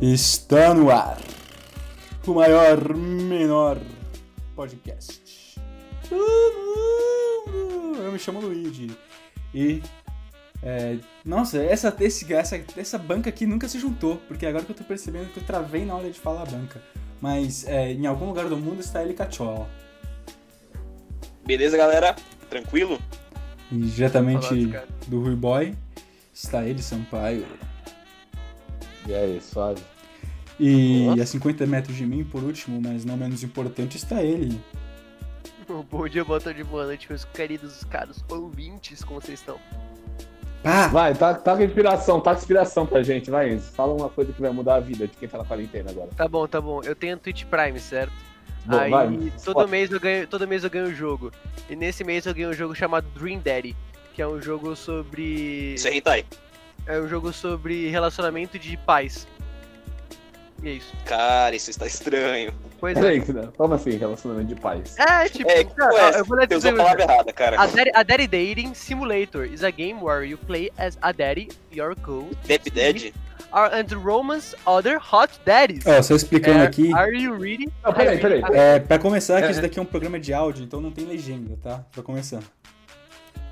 Está no ar o maior, menor podcast do mundo. Eu me chamo Luigi e. é, nossa, essa, esse, essa, essa banca aqui nunca se juntou, porque agora que eu tô percebendo que eu travei na hora de falar a banca. Mas é, em algum lugar do mundo está ele cachola. Beleza, galera? Tranquilo? E diretamente Saudades, cara. do Rui Boy está ele Sampaio. E aí, suave? E Olá. a 50 metros de mim, por último, mas não menos importante, está ele. Bom dia, boa tarde, boa noite, meus queridos caros ouvintes, como vocês estão? Pá! Vai, taca, taca inspiração, taca inspiração pra gente, vai, Enzo. Fala uma coisa que vai mudar a vida de quem tá na quarentena agora. Tá bom, tá bom. Eu tenho Twitch Prime, certo? Bom, Aí vai. todo mês eu ganho, todo mês eu ganho um jogo. E nesse mês eu ganhei um jogo chamado Dream Daddy, que é um jogo sobre Isso é hentai. é um jogo sobre relacionamento de pais. E é isso. Cara, isso está estranho. Pois é. Peraí, que não- como assim, relacionamento de pais? É, tipo, É, cara, ué, eu Ah, vou dar Você usou a dizer- palavra errada, cara. A daddy, a daddy Dating Simulator is a game where you play as a daddy, your girl, Dep Dead? are- and romance other hot daddies. É, Ó, só explicando Are- aqui, É, Are you reading? Não, peraí, peraí. é, pra começar, que É. isso daqui é um programa de áudio, então não tem legenda, tá? Pra começar.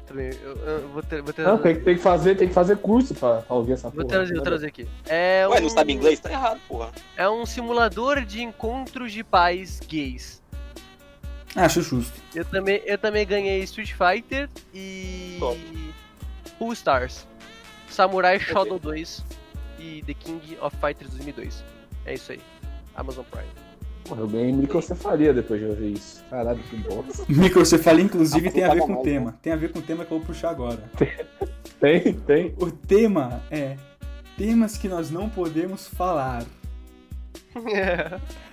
Tudo bem, eu, eu vou, ter, vou, ter, Não, tem, que- tem que fazer, tem que fazer curso pra, pra ouvir essa vou porra. traduzir, vou traduzir aqui. É Ué, um, não sabe inglês? Tá errado, porra. é um simulador de encontros de pais gays. Acho justo. Eu também, eu também ganhei Street Fighter e. Top. Pool Stars. Samurai Shodown 2 e The King of Fighters 2002. É isso aí. Amazon Prime. Porra, eu ganhei microcefalia depois de ouvir isso. Caralho, que bosta. Microcefalia, inclusive, Ah, tem a ver tá com o bom, tema. Tem a ver com o tema que eu vou puxar agora. Tem, tem. O tema é temas que nós não podemos falar.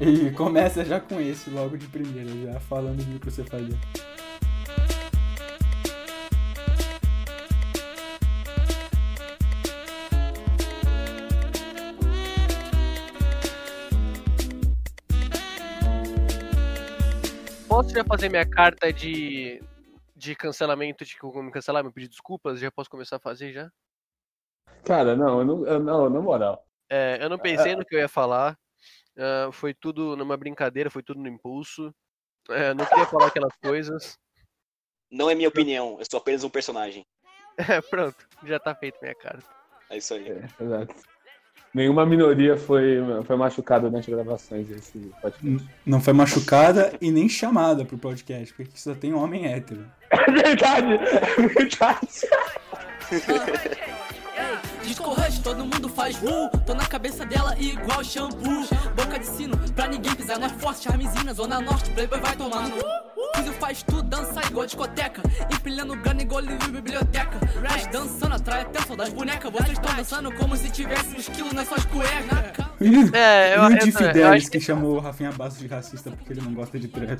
E começa já com esse, logo de primeira, já falando de microcefalia. Posso já fazer minha carta de. De cancelamento, de que eu vou me cancelar, me pedir desculpas, já posso começar a fazer já? Cara, não, eu não, eu não, na moral. É, eu não pensei no que eu ia falar. ah, foi tudo numa brincadeira, foi tudo no impulso. É, eu não queria falar aquelas coisas. Não é minha opinião, eu sou apenas um personagem. É, pronto, já tá feito minha carta. É isso aí. É, exato. Nenhuma minoria foi, foi machucada durante as gravações desse podcast. Não foi machucada e nem chamada pro podcast, porque só tem homem hétero. É verdade, é verdade. Ei, Disco rush, todo mundo faz uh, Tô na cabeça dela igual shampoo Boca de sino, pra ninguém pisar Nós forte, charmezinha, zona norte Playboy vai tomar no Fuzil faz tudo, dança igual discoteca Empilhando grana igual livro e biblioteca Nós dançando, atrai atenção das bonecas Vocês tão dançando como se tivesse um uns quilos nas suas cuecas É, e eu, o eu, de eu, Fidelis acho que. que chamou o Rafinha Bastos de racista porque ele não gosta de trap.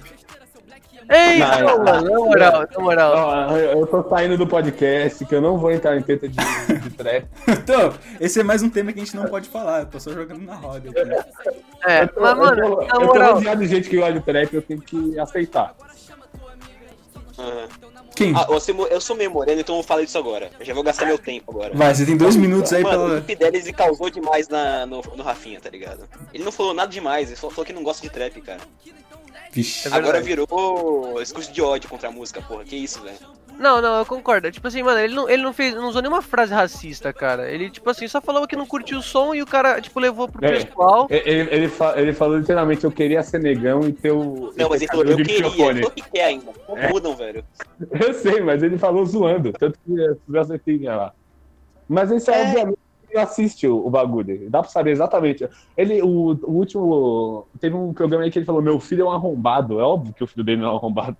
Ei, não, Não, não, mano, na moral, na moral. Ó, eu eu tô saindo do podcast, que eu não vou entrar em treta de, de trap. Então, esse é mais um tema que a gente não pode falar, eu tô só jogando na roda aqui. É, Eu tô, mas, eu tô, mano, na eu tô moral. rodeado de gente que gosta de trap, eu tenho que aceitar. Aham. Quem? Ah, eu sou, eu sou meio moreno, então eu vou falar disso agora. Eu já vou gastar meu tempo agora. Vai, você tem dois minutos aí Mano, pela. o Fidelis causou demais na, no, no Rafinha, tá ligado? Ele não falou nada demais, ele só falou que não gosta de trap, cara. Vixe. É Agora virou discurso de ódio contra a música, porra. Que isso, velho? Não, não, eu concordo. Tipo assim, mano, ele não, ele não fez, não usou nenhuma frase racista, cara. Ele, tipo assim, só falou que não curtiu o som e o cara, tipo, levou pro É. pessoal. Ele, ele, fa- ele falou literalmente, eu queria ser negão e ter o. e Não, mas ter ele falou, eu cabelo de queria, tá microfone. É. ele falou que quer ainda. Como mudam, velho? Eu sei, mas ele falou zoando. Tanto que eu acertei lá. Mas esse é, obviamente que assiste o, o bagulho. Dá pra saber exatamente. Ele, o, o último. Teve um programa aí que ele falou: meu filho é um arrombado. É óbvio que o filho dele não é um arrombado.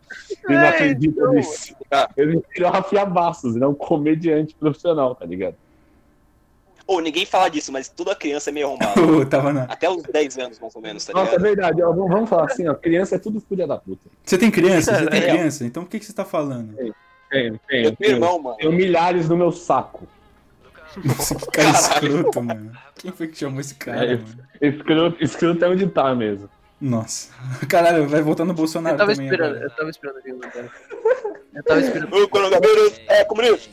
Ele não É, acredita então. nisso. Ele virou Rafinha Bastos, ele é um comediante profissional, tá ligado? Ou ninguém fala disso, mas toda criança é meio arrombada. Pô, tava na. Até os 10 anos, mais ou menos, tá Nossa, é ligado? verdade. ó, vamos, vamos falar assim, ó. Criança é tudo filha da puta. Você tem criança? Você tem É. criança? Então por que, que você tá falando? Tem, tem. Eu tenho tem. irmão, mano. Tenho milhares no meu saco. Nossa, que cara escroto, mano. Quem foi que chamou esse cara, É. mano? Escroto, escroto é onde tá mesmo. Nossa. Caralho, vai voltar no Eu Bolsonaro tava também esperando, agora. eu tava esperando alguém mandar. Eu tava esperando. O coronavírus é comunista.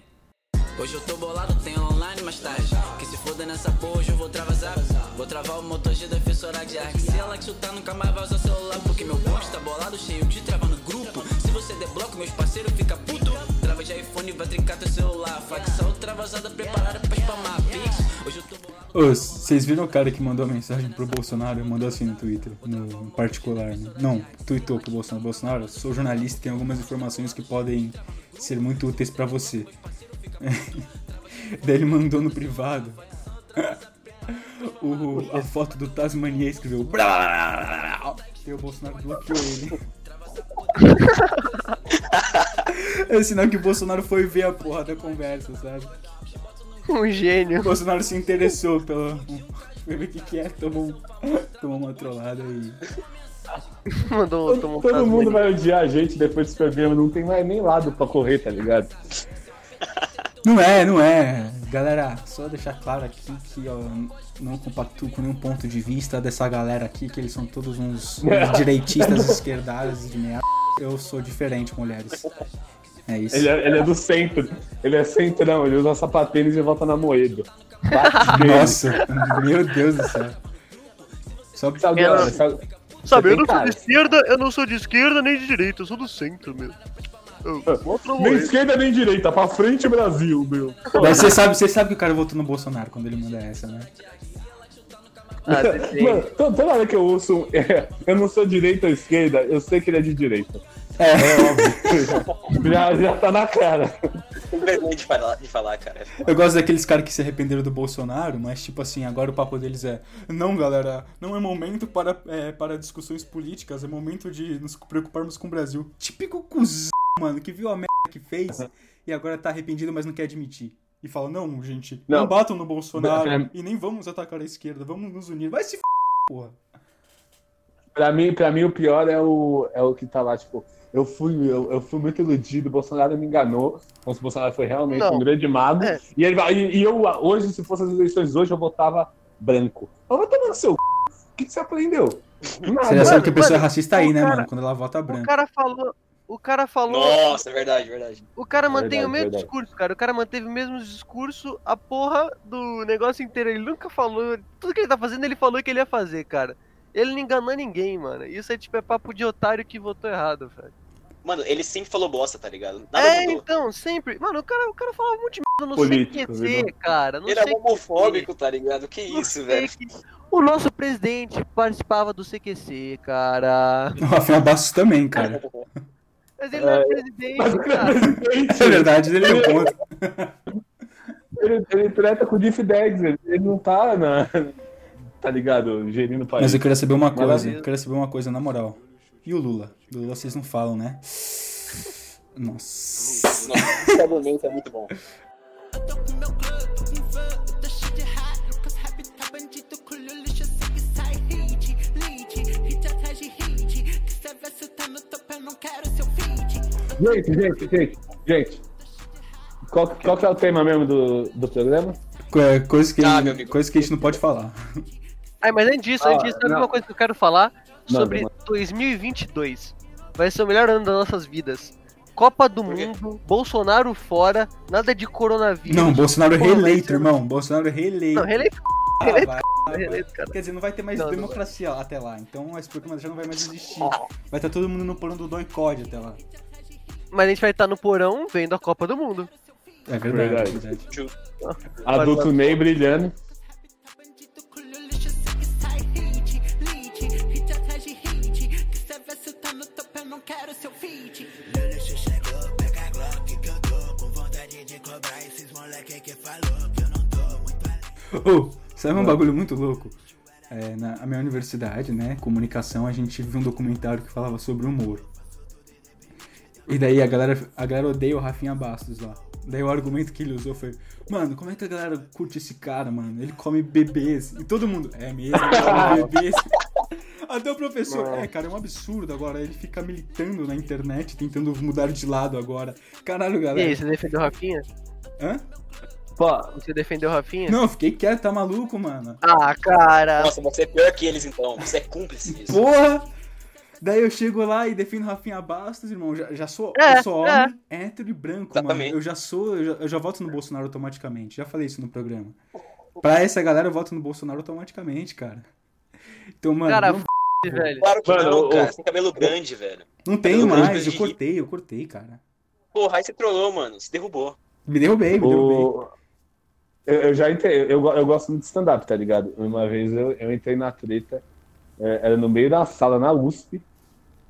tá. Hoje eu tô bolado, tem online mais tarde Que se foda nessa porra, hoje eu vou travasar Vou travar o motor de defensora de arque. Se ela que chutar, nunca mais vai usar celular. Porque meu post tá bolado, cheio de trava no grupo. Se você der bloco, meus parceiros fica puto. Trava de iPhone, vai trincar teu celular. Facção travasada, preparada pra spamar. Pix, hoje eu tô bolado. Ô, vocês viram o cara que mandou a mensagem pro Bolsonaro? Mandou assim no Twitter, no particular, né? Não, tweetou pro Bolsonaro. Bolsonaro, sou jornalista e tenho algumas informações que podem ser muito úteis pra você. Daí ele mandou no privado o- a foto do Tasmania e escreveu. "Brá". Daí o Bolsonaro bloqueou ele. É sinal que o Bolsonaro foi ver a porra da conversa, sabe? Um O gênio. Bolsonaro se interessou pelo. Foi ver o que, que é, tomou, um- tomou uma trollada e. Mandou tomou um Todo frasco dele. mundo vai odiar a gente depois desse programa, não tem mais nem lado pra correr, tá ligado? Não é, não é. Galera, só deixar claro aqui que eu não compactuo com nenhum ponto de vista dessa galera aqui, que eles são todos uns uns direitistas esquerdários de merda. Eu sou diferente, mulheres. É isso. Ele é, ele é do centro. Ele é centrão, ele usa sapatênis e volta na moeda. Bate nele. Nossa, meu Deus do céu. Só pra Sabe, Ela- mano, sabe- Sabe, eu não sou Cara. de esquerda, eu não sou de esquerda nem de direita, eu sou do centro, meu. Eu, outro Ah, nem momento. esquerda nem direita, pra frente Brasil, meu. Mas você sabe, você sabe que o cara votou no Bolsonaro quando ele manda essa, né? Ah, Mano, depende. to- toda hora que eu ouço, um, eu não sou direita ou esquerda, eu sei que ele é de direita. É. Já, já tá na cara. Tem vergonha de falar, de falar cara. Eu gosto daqueles caras que se arrependeram do Bolsonaro, mas tipo assim, agora o papo deles é Não, galera, não é momento para, é, para discussões políticas, é momento de nos preocuparmos com o Brasil. Típico cuzão, mano, que viu a merda que fez e agora tá arrependido, mas não quer admitir. E fala, não, gente, não, Não. batam no Bolsonaro É. e nem vamos atacar a esquerda, vamos nos unir. Vai se f***, porra. Pra mim, pra mim, o pior é o, é o que tá lá, tipo, eu fui, eu, eu fui muito iludido, o Bolsonaro me enganou. Então, se o Bolsonaro foi realmente Não. um grande mago. É. E, ele, vai- e, e eu, hoje, se fossem as eleições hoje, eu votava branco. Eu vou tomar no seu c... O que, que você aprendeu? Nada. Você já sabe que a mano, pessoa é racista aí, o né, cara- mano, quando ela vota O branca. cara falou. O cara falou. Nossa, é verdade, é verdade. O cara mantém Verdade, o mesmo verdade. discurso, cara. O cara manteve o mesmo discurso a porra do negócio inteiro. Ele nunca falou. Tudo que ele tá fazendo, ele falou que ele ia fazer, cara. Ele não enganou ninguém, mano. Isso é tipo é papo de otário que votou errado, velho. Mano, ele sempre falou bosta, tá ligado? Nada É, mudou. então, sempre. Mano, o cara, o cara falava muito de merda, não Político, sei o que ser, virou. cara. Não Ele sei era homofóbico, tá ligado? Que isso, velho. O nosso presidente participava do CQC, cara. O Rafinha Bastos é um também, cara. Mas ele não É, era presidente, cara. É verdade, ele deu conta. Ele, ele treta com o Diff Degs, ele, ele não tá na. Tá ligado? Gerindo o país. Mas eu queria saber uma coisa, Maravilha. eu queria saber uma coisa na moral. E o Lula? Do Lula vocês não falam, né? Nossa. Nossa, esse argumento é muito bom. Eu tô com meu um clã, tô com fã, eu tô cheio de rato. Cause rap tá bandido, colho lixo, eu sei que sai hit, lead, hit atrás de hit. Que se você tá no topo, eu não quero seu Tá feed. Gente, gente, gente, gente. Qual, qual que é o tema mesmo do, do programa? Co- é, Coisa que, Ah, a meu gente, amigo. coisa que a gente não pode falar. Ah, mas antes disso, Ah, antes disso, sabe não. uma coisa que eu quero falar? Manda, sobre 2022. Vai ser o melhor ano das nossas vidas. Copa do Por quê? Mundo, Bolsonaro fora, nada de coronavírus. Não, Bolsonaro é Porra, reeleito, vai- irmão. Bolsonaro é reeleito. Não, reeleito, Ah, reeleito, vai, vai. reeleito, cara. Quer dizer, não vai ter mais Não, não democracia até lá. Então esse programa já não vai mais existir. Vai estar todo mundo no plano do doicode até lá. Mas a gente vai estar no porão vendo a Copa do Mundo. É verdade, é Verdade. verdade. Adulto Ney brilhando. Tá bandido, colho lixo, eu sei que sai hit, lead, hit atrás de hit. Que se você tá no topo, eu não quero seu feed. Ô, sabe um bagulho muito louco? É, na a minha universidade, né, comunicação, a gente viu um documentário que falava sobre humor. E daí a galera, a galera odeia o Rafinha Bastos lá. Daí o argumento que ele usou foi: Mano, como é que a galera curte esse cara, mano? Ele come bebês. E todo mundo, é mesmo, ele come bebês. Até o professor, é, cara, é um absurdo agora. Ele fica militando na internet, tentando mudar de lado agora. Caralho, E galera. aí, você defendeu o Rafinha? Hã? Tá Pô, Você defendeu o Rafinha? Não, eu fiquei quieto, tá maluco, mano. Ah, cara. Nossa, você é pior que eles então. Você é cúmplice disso. Porra! Daí eu chego lá e defino Rafinha Bastos, irmão. Já, já sou, É, eu sou homem, hétero e branco, mano. Exatamente. Eu já sou, eu já, eu já voto no Bolsonaro automaticamente. Já falei isso no programa. Pra essa galera, eu voto no Bolsonaro automaticamente, cara. Então, mano, Cara, não, f- velho. Claro que Mano, não, ô, cara. ô. Você tem cabelo grande, velho. não tenho eu- mais, eu eu- cortei, eu cortei, cara. Porra, aí você trollou, mano. Se derrubou. Me derrubei, me derrubei. O- Eu, eu já entrei, eu, go- eu gosto muito de stand-up, tá ligado? Uma vez eu, eu entrei na treta, é, era no meio da sala, na USP,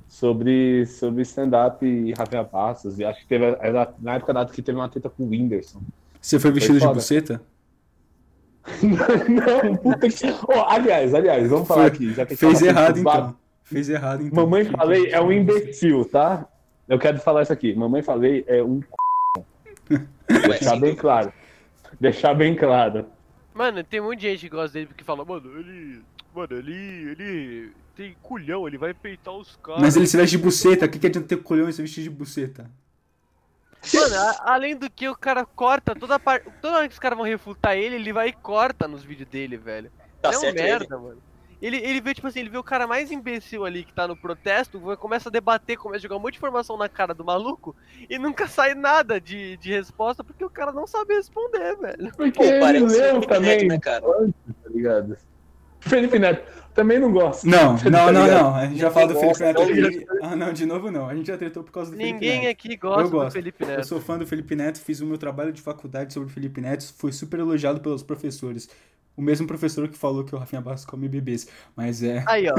sobre, sobre stand-up e Rafael Passos, e acho que teve, era na época da que teve uma treta com o Whindersson. Você foi vestido de foda. buceta? Não, puta que... Ô, aliás, aliás, vamos falar Foi- aqui. Já que a gente Fez tava errado, falando sobre então. Fez errado, então. Mamãe falei é um imbecil, tá? Eu quero falar isso aqui. Mamãe falei é um. c****. Ué, Deixar sim, Tá bem claro. Deixar bem claro. Mano, tem muita gente que gosta dele porque fala, mano, ele. Mano, ele. ele tem culhão, ele vai peitar os caras. Mas ele se veste de buceta, o que, que adianta ter colhão e se vestir de buceta? Mano, a- além do que o cara corta toda a parte. Toda hora que os caras vão refutar ele, ele vai e corta nos vídeos dele, velho. Tá é um certo ele. merda, mano. Ele, ele vê, tipo assim, ele vê o cara mais imbecil ali que tá no protesto, vai- começa a debater, começa a jogar um monte de informação na cara do maluco e nunca sai nada de, de resposta porque o cara não sabe responder, velho. Porque Pô, ele parece leu Felipe também, Neto, né, cara? antes, tá ligado? Felipe Neto, também não gosto. Não, Tá não, não, ligado? não. A gente já fala do Felipe Nossa, Neto não, aqui. Ah, não, de novo não. A gente já tratou por causa do Felipe Ninguém Neto. aqui é. gosta né? Eu do gosto. Felipe Eu Neto. sou fã do Felipe Neto, fiz o meu trabalho de faculdade sobre o Felipe Neto, fui super elogiado pelos professores. O mesmo professor que falou que o Rafinha Bastos come bebês. Mas é. Aí, ó.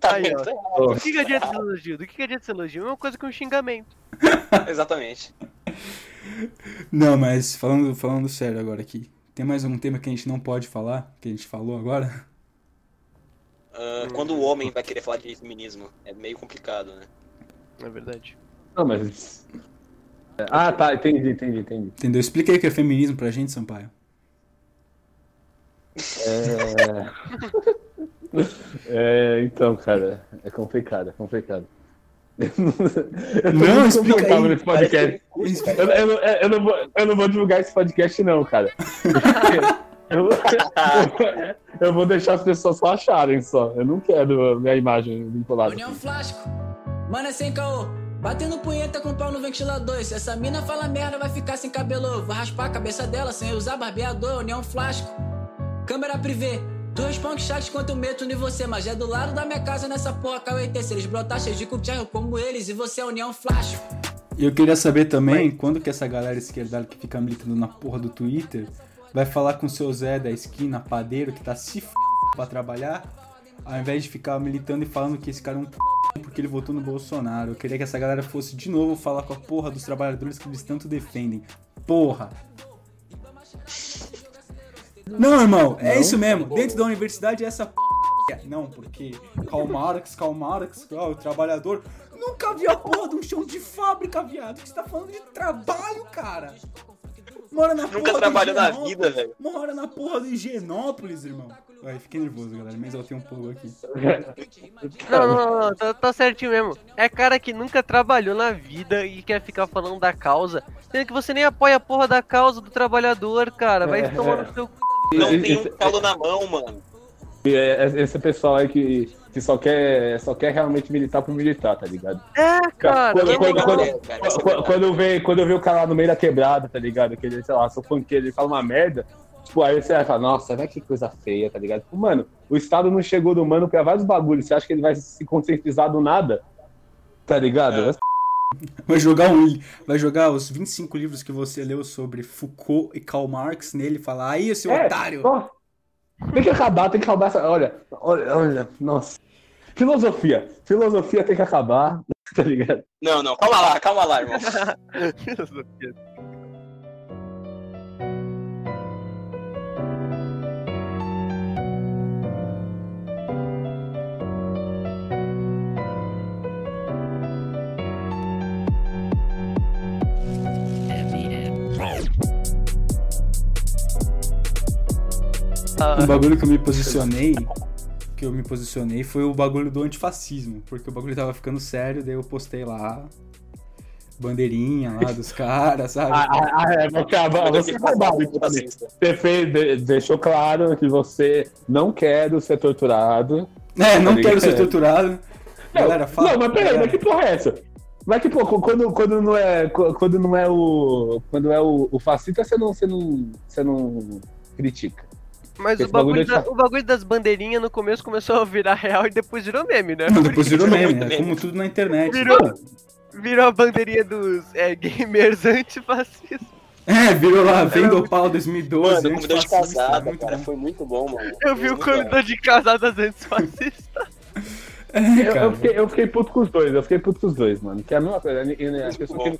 Tá Aí, ó. vendo? Tá Do que, que adianta esse elogio? Do que, que adianta esse elogio? É uma coisa que um xingamento. errado. Exatamente. Não, mas falando, falando sério agora aqui. Tem mais algum tema que a gente não pode falar? Que a gente falou agora? Ah, quando o Hum. homem vai querer falar de feminismo, é meio complicado, né? É verdade. Não, mas. Ah, tá, entendi, entendi, entendi. Entendeu? Expliquei o que é feminismo pra gente, Sampaio. É, então, cara, é complicado, é complicado. Eu tô Não, muito explica confortável aí. nesse podcast. Eu, eu não- é, eu não vou, eu não vou divulgar esse podcast, não, cara. Eu, eu vou deixar as pessoas só acharem só. Eu não quero a minha imagem vinculada. União Flasco. Mano, é sem caô. Batendo punheta com pau no ventilador. Se essa mina fala merda, vai ficar sem cabelo. Vou raspar a cabeça dela sem usar barbeador. União Flasco. Câmera privê. Tu responde chat quanto eu meto em você, mas é do lado da minha casa nessa porra, KUT. Se eles brotar cheio de cutiá, eu como eles e você é União Flasco. E eu queria saber também quando que essa galera esquerdada que fica militando na porra do Twitter vai falar com o seu Zé da esquina, padeiro, que tá se f pra trabalhar, ao invés de ficar militando e falando que esse cara é um p porque ele votou no Bolsonaro. Eu queria que essa galera fosse de novo falar com a porra dos trabalhadores que eles tanto defendem. Porra! Não, irmão, é isso mesmo. Dentro da universidade é essa p. Não, porque Karl Marx, Karl Marx, ó, o trabalhador. Nunca vi a porra de um chão de fábrica, viado. Que você tá falando de trabalho, cara. Mora na porra Nunca do trabalhou é na um Higienópolis. vida, velho. Mora na porra do Higienópolis, irmão. Ué, fiquei nervoso, galera. Mas eu tenho um pouco aqui. Não, não, não, não, tá, tá certinho mesmo. É cara que nunca trabalhou na vida e quer ficar falando da causa. Sendo que você nem apoia a porra da causa do trabalhador, cara. É. Vai tomar no seu c. Não tem Esse- um calo na mão, mano. E é- é- Esse pessoal aí que, que só, quer, só quer realmente militar por militar, tá ligado? É, cara. Quando- não, quando- não. quando- É, cara, isso é Qu- verdade. Quando eu vejo quando eu vejo o cara lá no meio da quebrada, tá ligado? Que ele, sei lá, sou funkeiro, ele fala uma merda. Tipo, aí você vai falar, nossa, vai que coisa feia, tá ligado? Tipo, mano, o Estado não chegou do mano pra vários bagulhos. Você acha que ele vai se conscientizar do nada? Tá ligado? É. Vai jogar, um, vai jogar os 25 livros que você leu sobre Foucault e Karl Marx nele e falar, aí, seu É, otário! Nossa, tem que acabar, tem que acabar essa. Olha, olha, olha, nossa. Filosofia. Filosofia tem que acabar, tá ligado? Não, não, calma lá, calma lá, irmão. Um Ah, bagulho que eu me posicionei, que eu me posicionei foi o bagulho do antifascismo, porque o bagulho tava ficando sério, daí eu postei lá bandeirinha lá dos caras, Ah, sabe? ah, ah, é, você, ah, você é babaca, tá assim. ligado? Você fez, de- deixou claro que você não quer ser torturado. É, não quero ser É. torturado. Galera, fala. não, mas peraí, galera. mas que porra é essa? Mas que porra, quando, quando não é. Quando não é o. Quando é o, o fascista, você não, você não. Você não critica. Mas o Esse bagulho bagulho, é da- chato. o bagulho das bandeirinhas no começo começou a virar real e depois virou meme, né? Depois virou meme, né? Meme. Como tudo na internet. Virou. Virou a bandeirinha dos é, gamers antifascistas. É, virou lá, vendo o pau 2012. Mano, o convidou de antifascista, é casada, muito cara. bom. Foi muito bom, mano. Eu vi o é. Muito bom. corredor de casadas antifascistas. É, Eu, cara. eu fiquei, eu fiquei puto com os dois, eu fiquei puto com os dois, mano. Que é a mesma coisa, né? E, né, a pessoa que,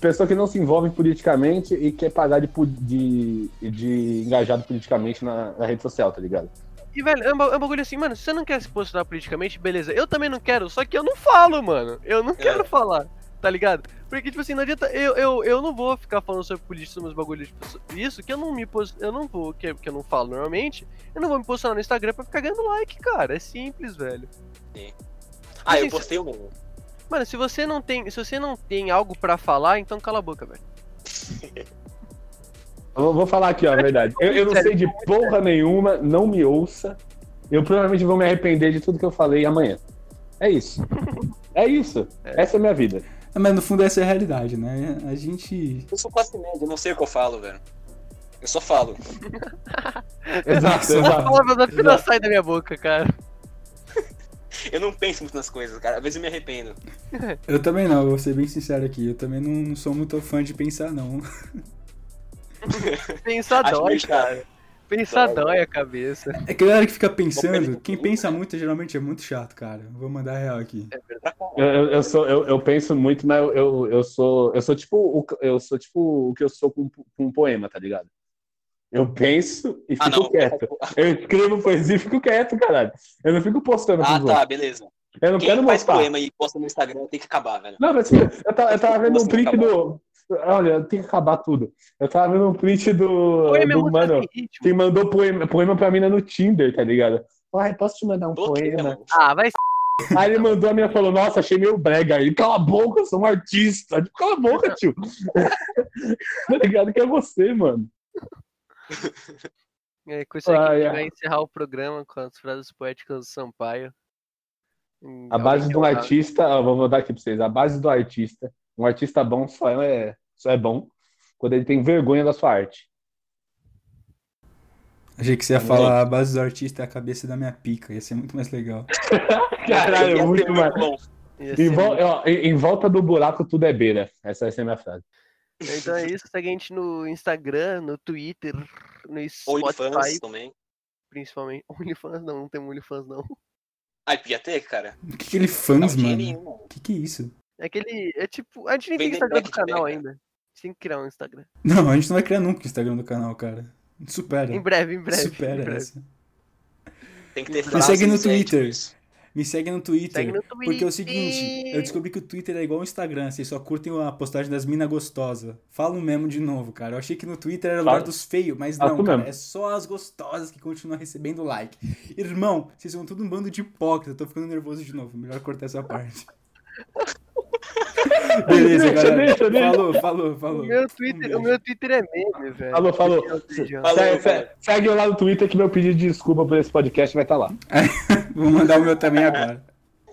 pessoa que não se envolve politicamente e quer pagar de, pu- de, de engajado politicamente na, na rede social, tá ligado? E, velho, é um ba- é um bagulho assim, mano, se você não quer se posicionar politicamente, beleza. Eu também não quero, só que eu não falo, mano. Eu É. não quero falar, tá ligado? Porque, tipo assim, não adianta. Eu, eu, eu não vou ficar falando sobre política, sobre os bagulhos, tipo, so- isso, que eu não me pos... Eu não vou, que, que eu não falo normalmente. Eu não vou me posicionar no Instagram pra ficar ganhando like, cara. É simples, velho. Ah, eu postei um. Mano, se você não tem. Se você não tem algo pra falar, então cala a boca, velho. Eu vou- vou falar aqui, ó, a verdade. Eu, eu não sei de porra nenhuma, não me ouça. Eu provavelmente vou me arrepender de tudo que eu falei amanhã. É isso. É isso. Essa é a minha vida. Mas no fundo essa é a realidade, né? A gente. Eu sou classe média, eu não sei o que eu falo, velho. Eu só falo. Exato, A exato. palavra da não sai da minha boca, cara. Eu não penso muito nas coisas, cara. Às vezes eu me arrependo. Eu também não, eu vou ser bem sincero aqui. Eu também não, não sou muito fã de pensar, não. Pensar Tá dói, chato. cara. Pensar Dói. tá dói a cabeça. É que a galera que fica pensando, Vamos quem pensa né? muito geralmente é muito chato, cara. Vou mandar real aqui. É. Eu, eu, eu sou, eu, eu penso muito, mas eu, eu, eu sou, eu sou tipo, o que- eu sou tipo o que eu sou com, com um poema, tá ligado? Eu penso e Ah, fico não. quieto. Eu escrevo poesia e fico quieto, caralho. Eu não fico postando Ah, pros outros. tá, beleza. Eu não quero Quem faz mostrar. poema e posta no Instagram tem que acabar, velho. Não, mas eu tava, eu tava vendo um Você tem que print do. Olha, tem que acabar tudo. Eu tava vendo um print do, Poema é do música mano sem ritmo. que mandou poema, poema pra mina no Tinder, tá ligado? Ai, posso te mandar um Bloqueia, poema? mano. Ah, vai Aí ele mandou, a mina falou, nossa, achei meio brega. Ele, cala a boca, eu sou um artista. Eu, cala a boca, tio. tá ligado que é você, mano. É, com isso aqui a Ai, gente ai. vai encerrar o programa com as frases poéticas do Sampaio. Hum, A base alguém do quer artista, ó, vou vou dar aqui pra vocês, a base do artista, um artista bom só é, só é bom quando ele tem vergonha da sua arte. Achei que você ia falar a base do artista é a cabeça da minha pica, ia ser muito mais legal. Caralho, Ia ser muito mais. bom. falar? Ia Em, ser vol- muito- ó, em- em volta do buraco tudo é beira. Essa vai ser a minha frase. Então é isso, segue a gente no Instagram, no Twitter, no OnlyFans Spotify, também. principalmente. OnlyFans não, não tem OnlyFans não. Ah, podia ter, cara. um O que, que ele fãs, Não tinha mano? nenhum, mano. O que, que é isso? É aquele, é tipo, a gente nem tem Vender Instagram do Black de né, canal Bega. ainda. A gente tem que criar um Instagram. Não, a gente não vai criar nunca o Instagram do canal, cara. Supera. Em breve, em breve. em Supera né? breve. essa. Tem que ter Me segue no frases, né, tipo Twitter. isso. Me segue no Twitter. Segue no Porque é o Twitter. seguinte, eu descobri que o Twitter é igual o Instagram, vocês só curtem a postagem das minas gostosas. Falo mesmo um de novo, cara. Eu achei que no Twitter era o lugar Fala. dos feios, mas Fala não, tu cara. mesmo. É só as gostosas que continuam recebendo like. Irmão, vocês são tudo um bando de hipócrita. Eu tô ficando nervoso de novo. Melhor cortar essa parte. Beleza, Deixa, galera. deixa, deixa. Falou, falou, falou. O meu Um Twitter, beijo. o meu Twitter é meme, velho. Falou, falou. Falou, Segue, velho. segue, segue eu tá lá no Twitter que meu pedido de desculpa por esse podcast vai estar lá. Vou mandar o meu também agora.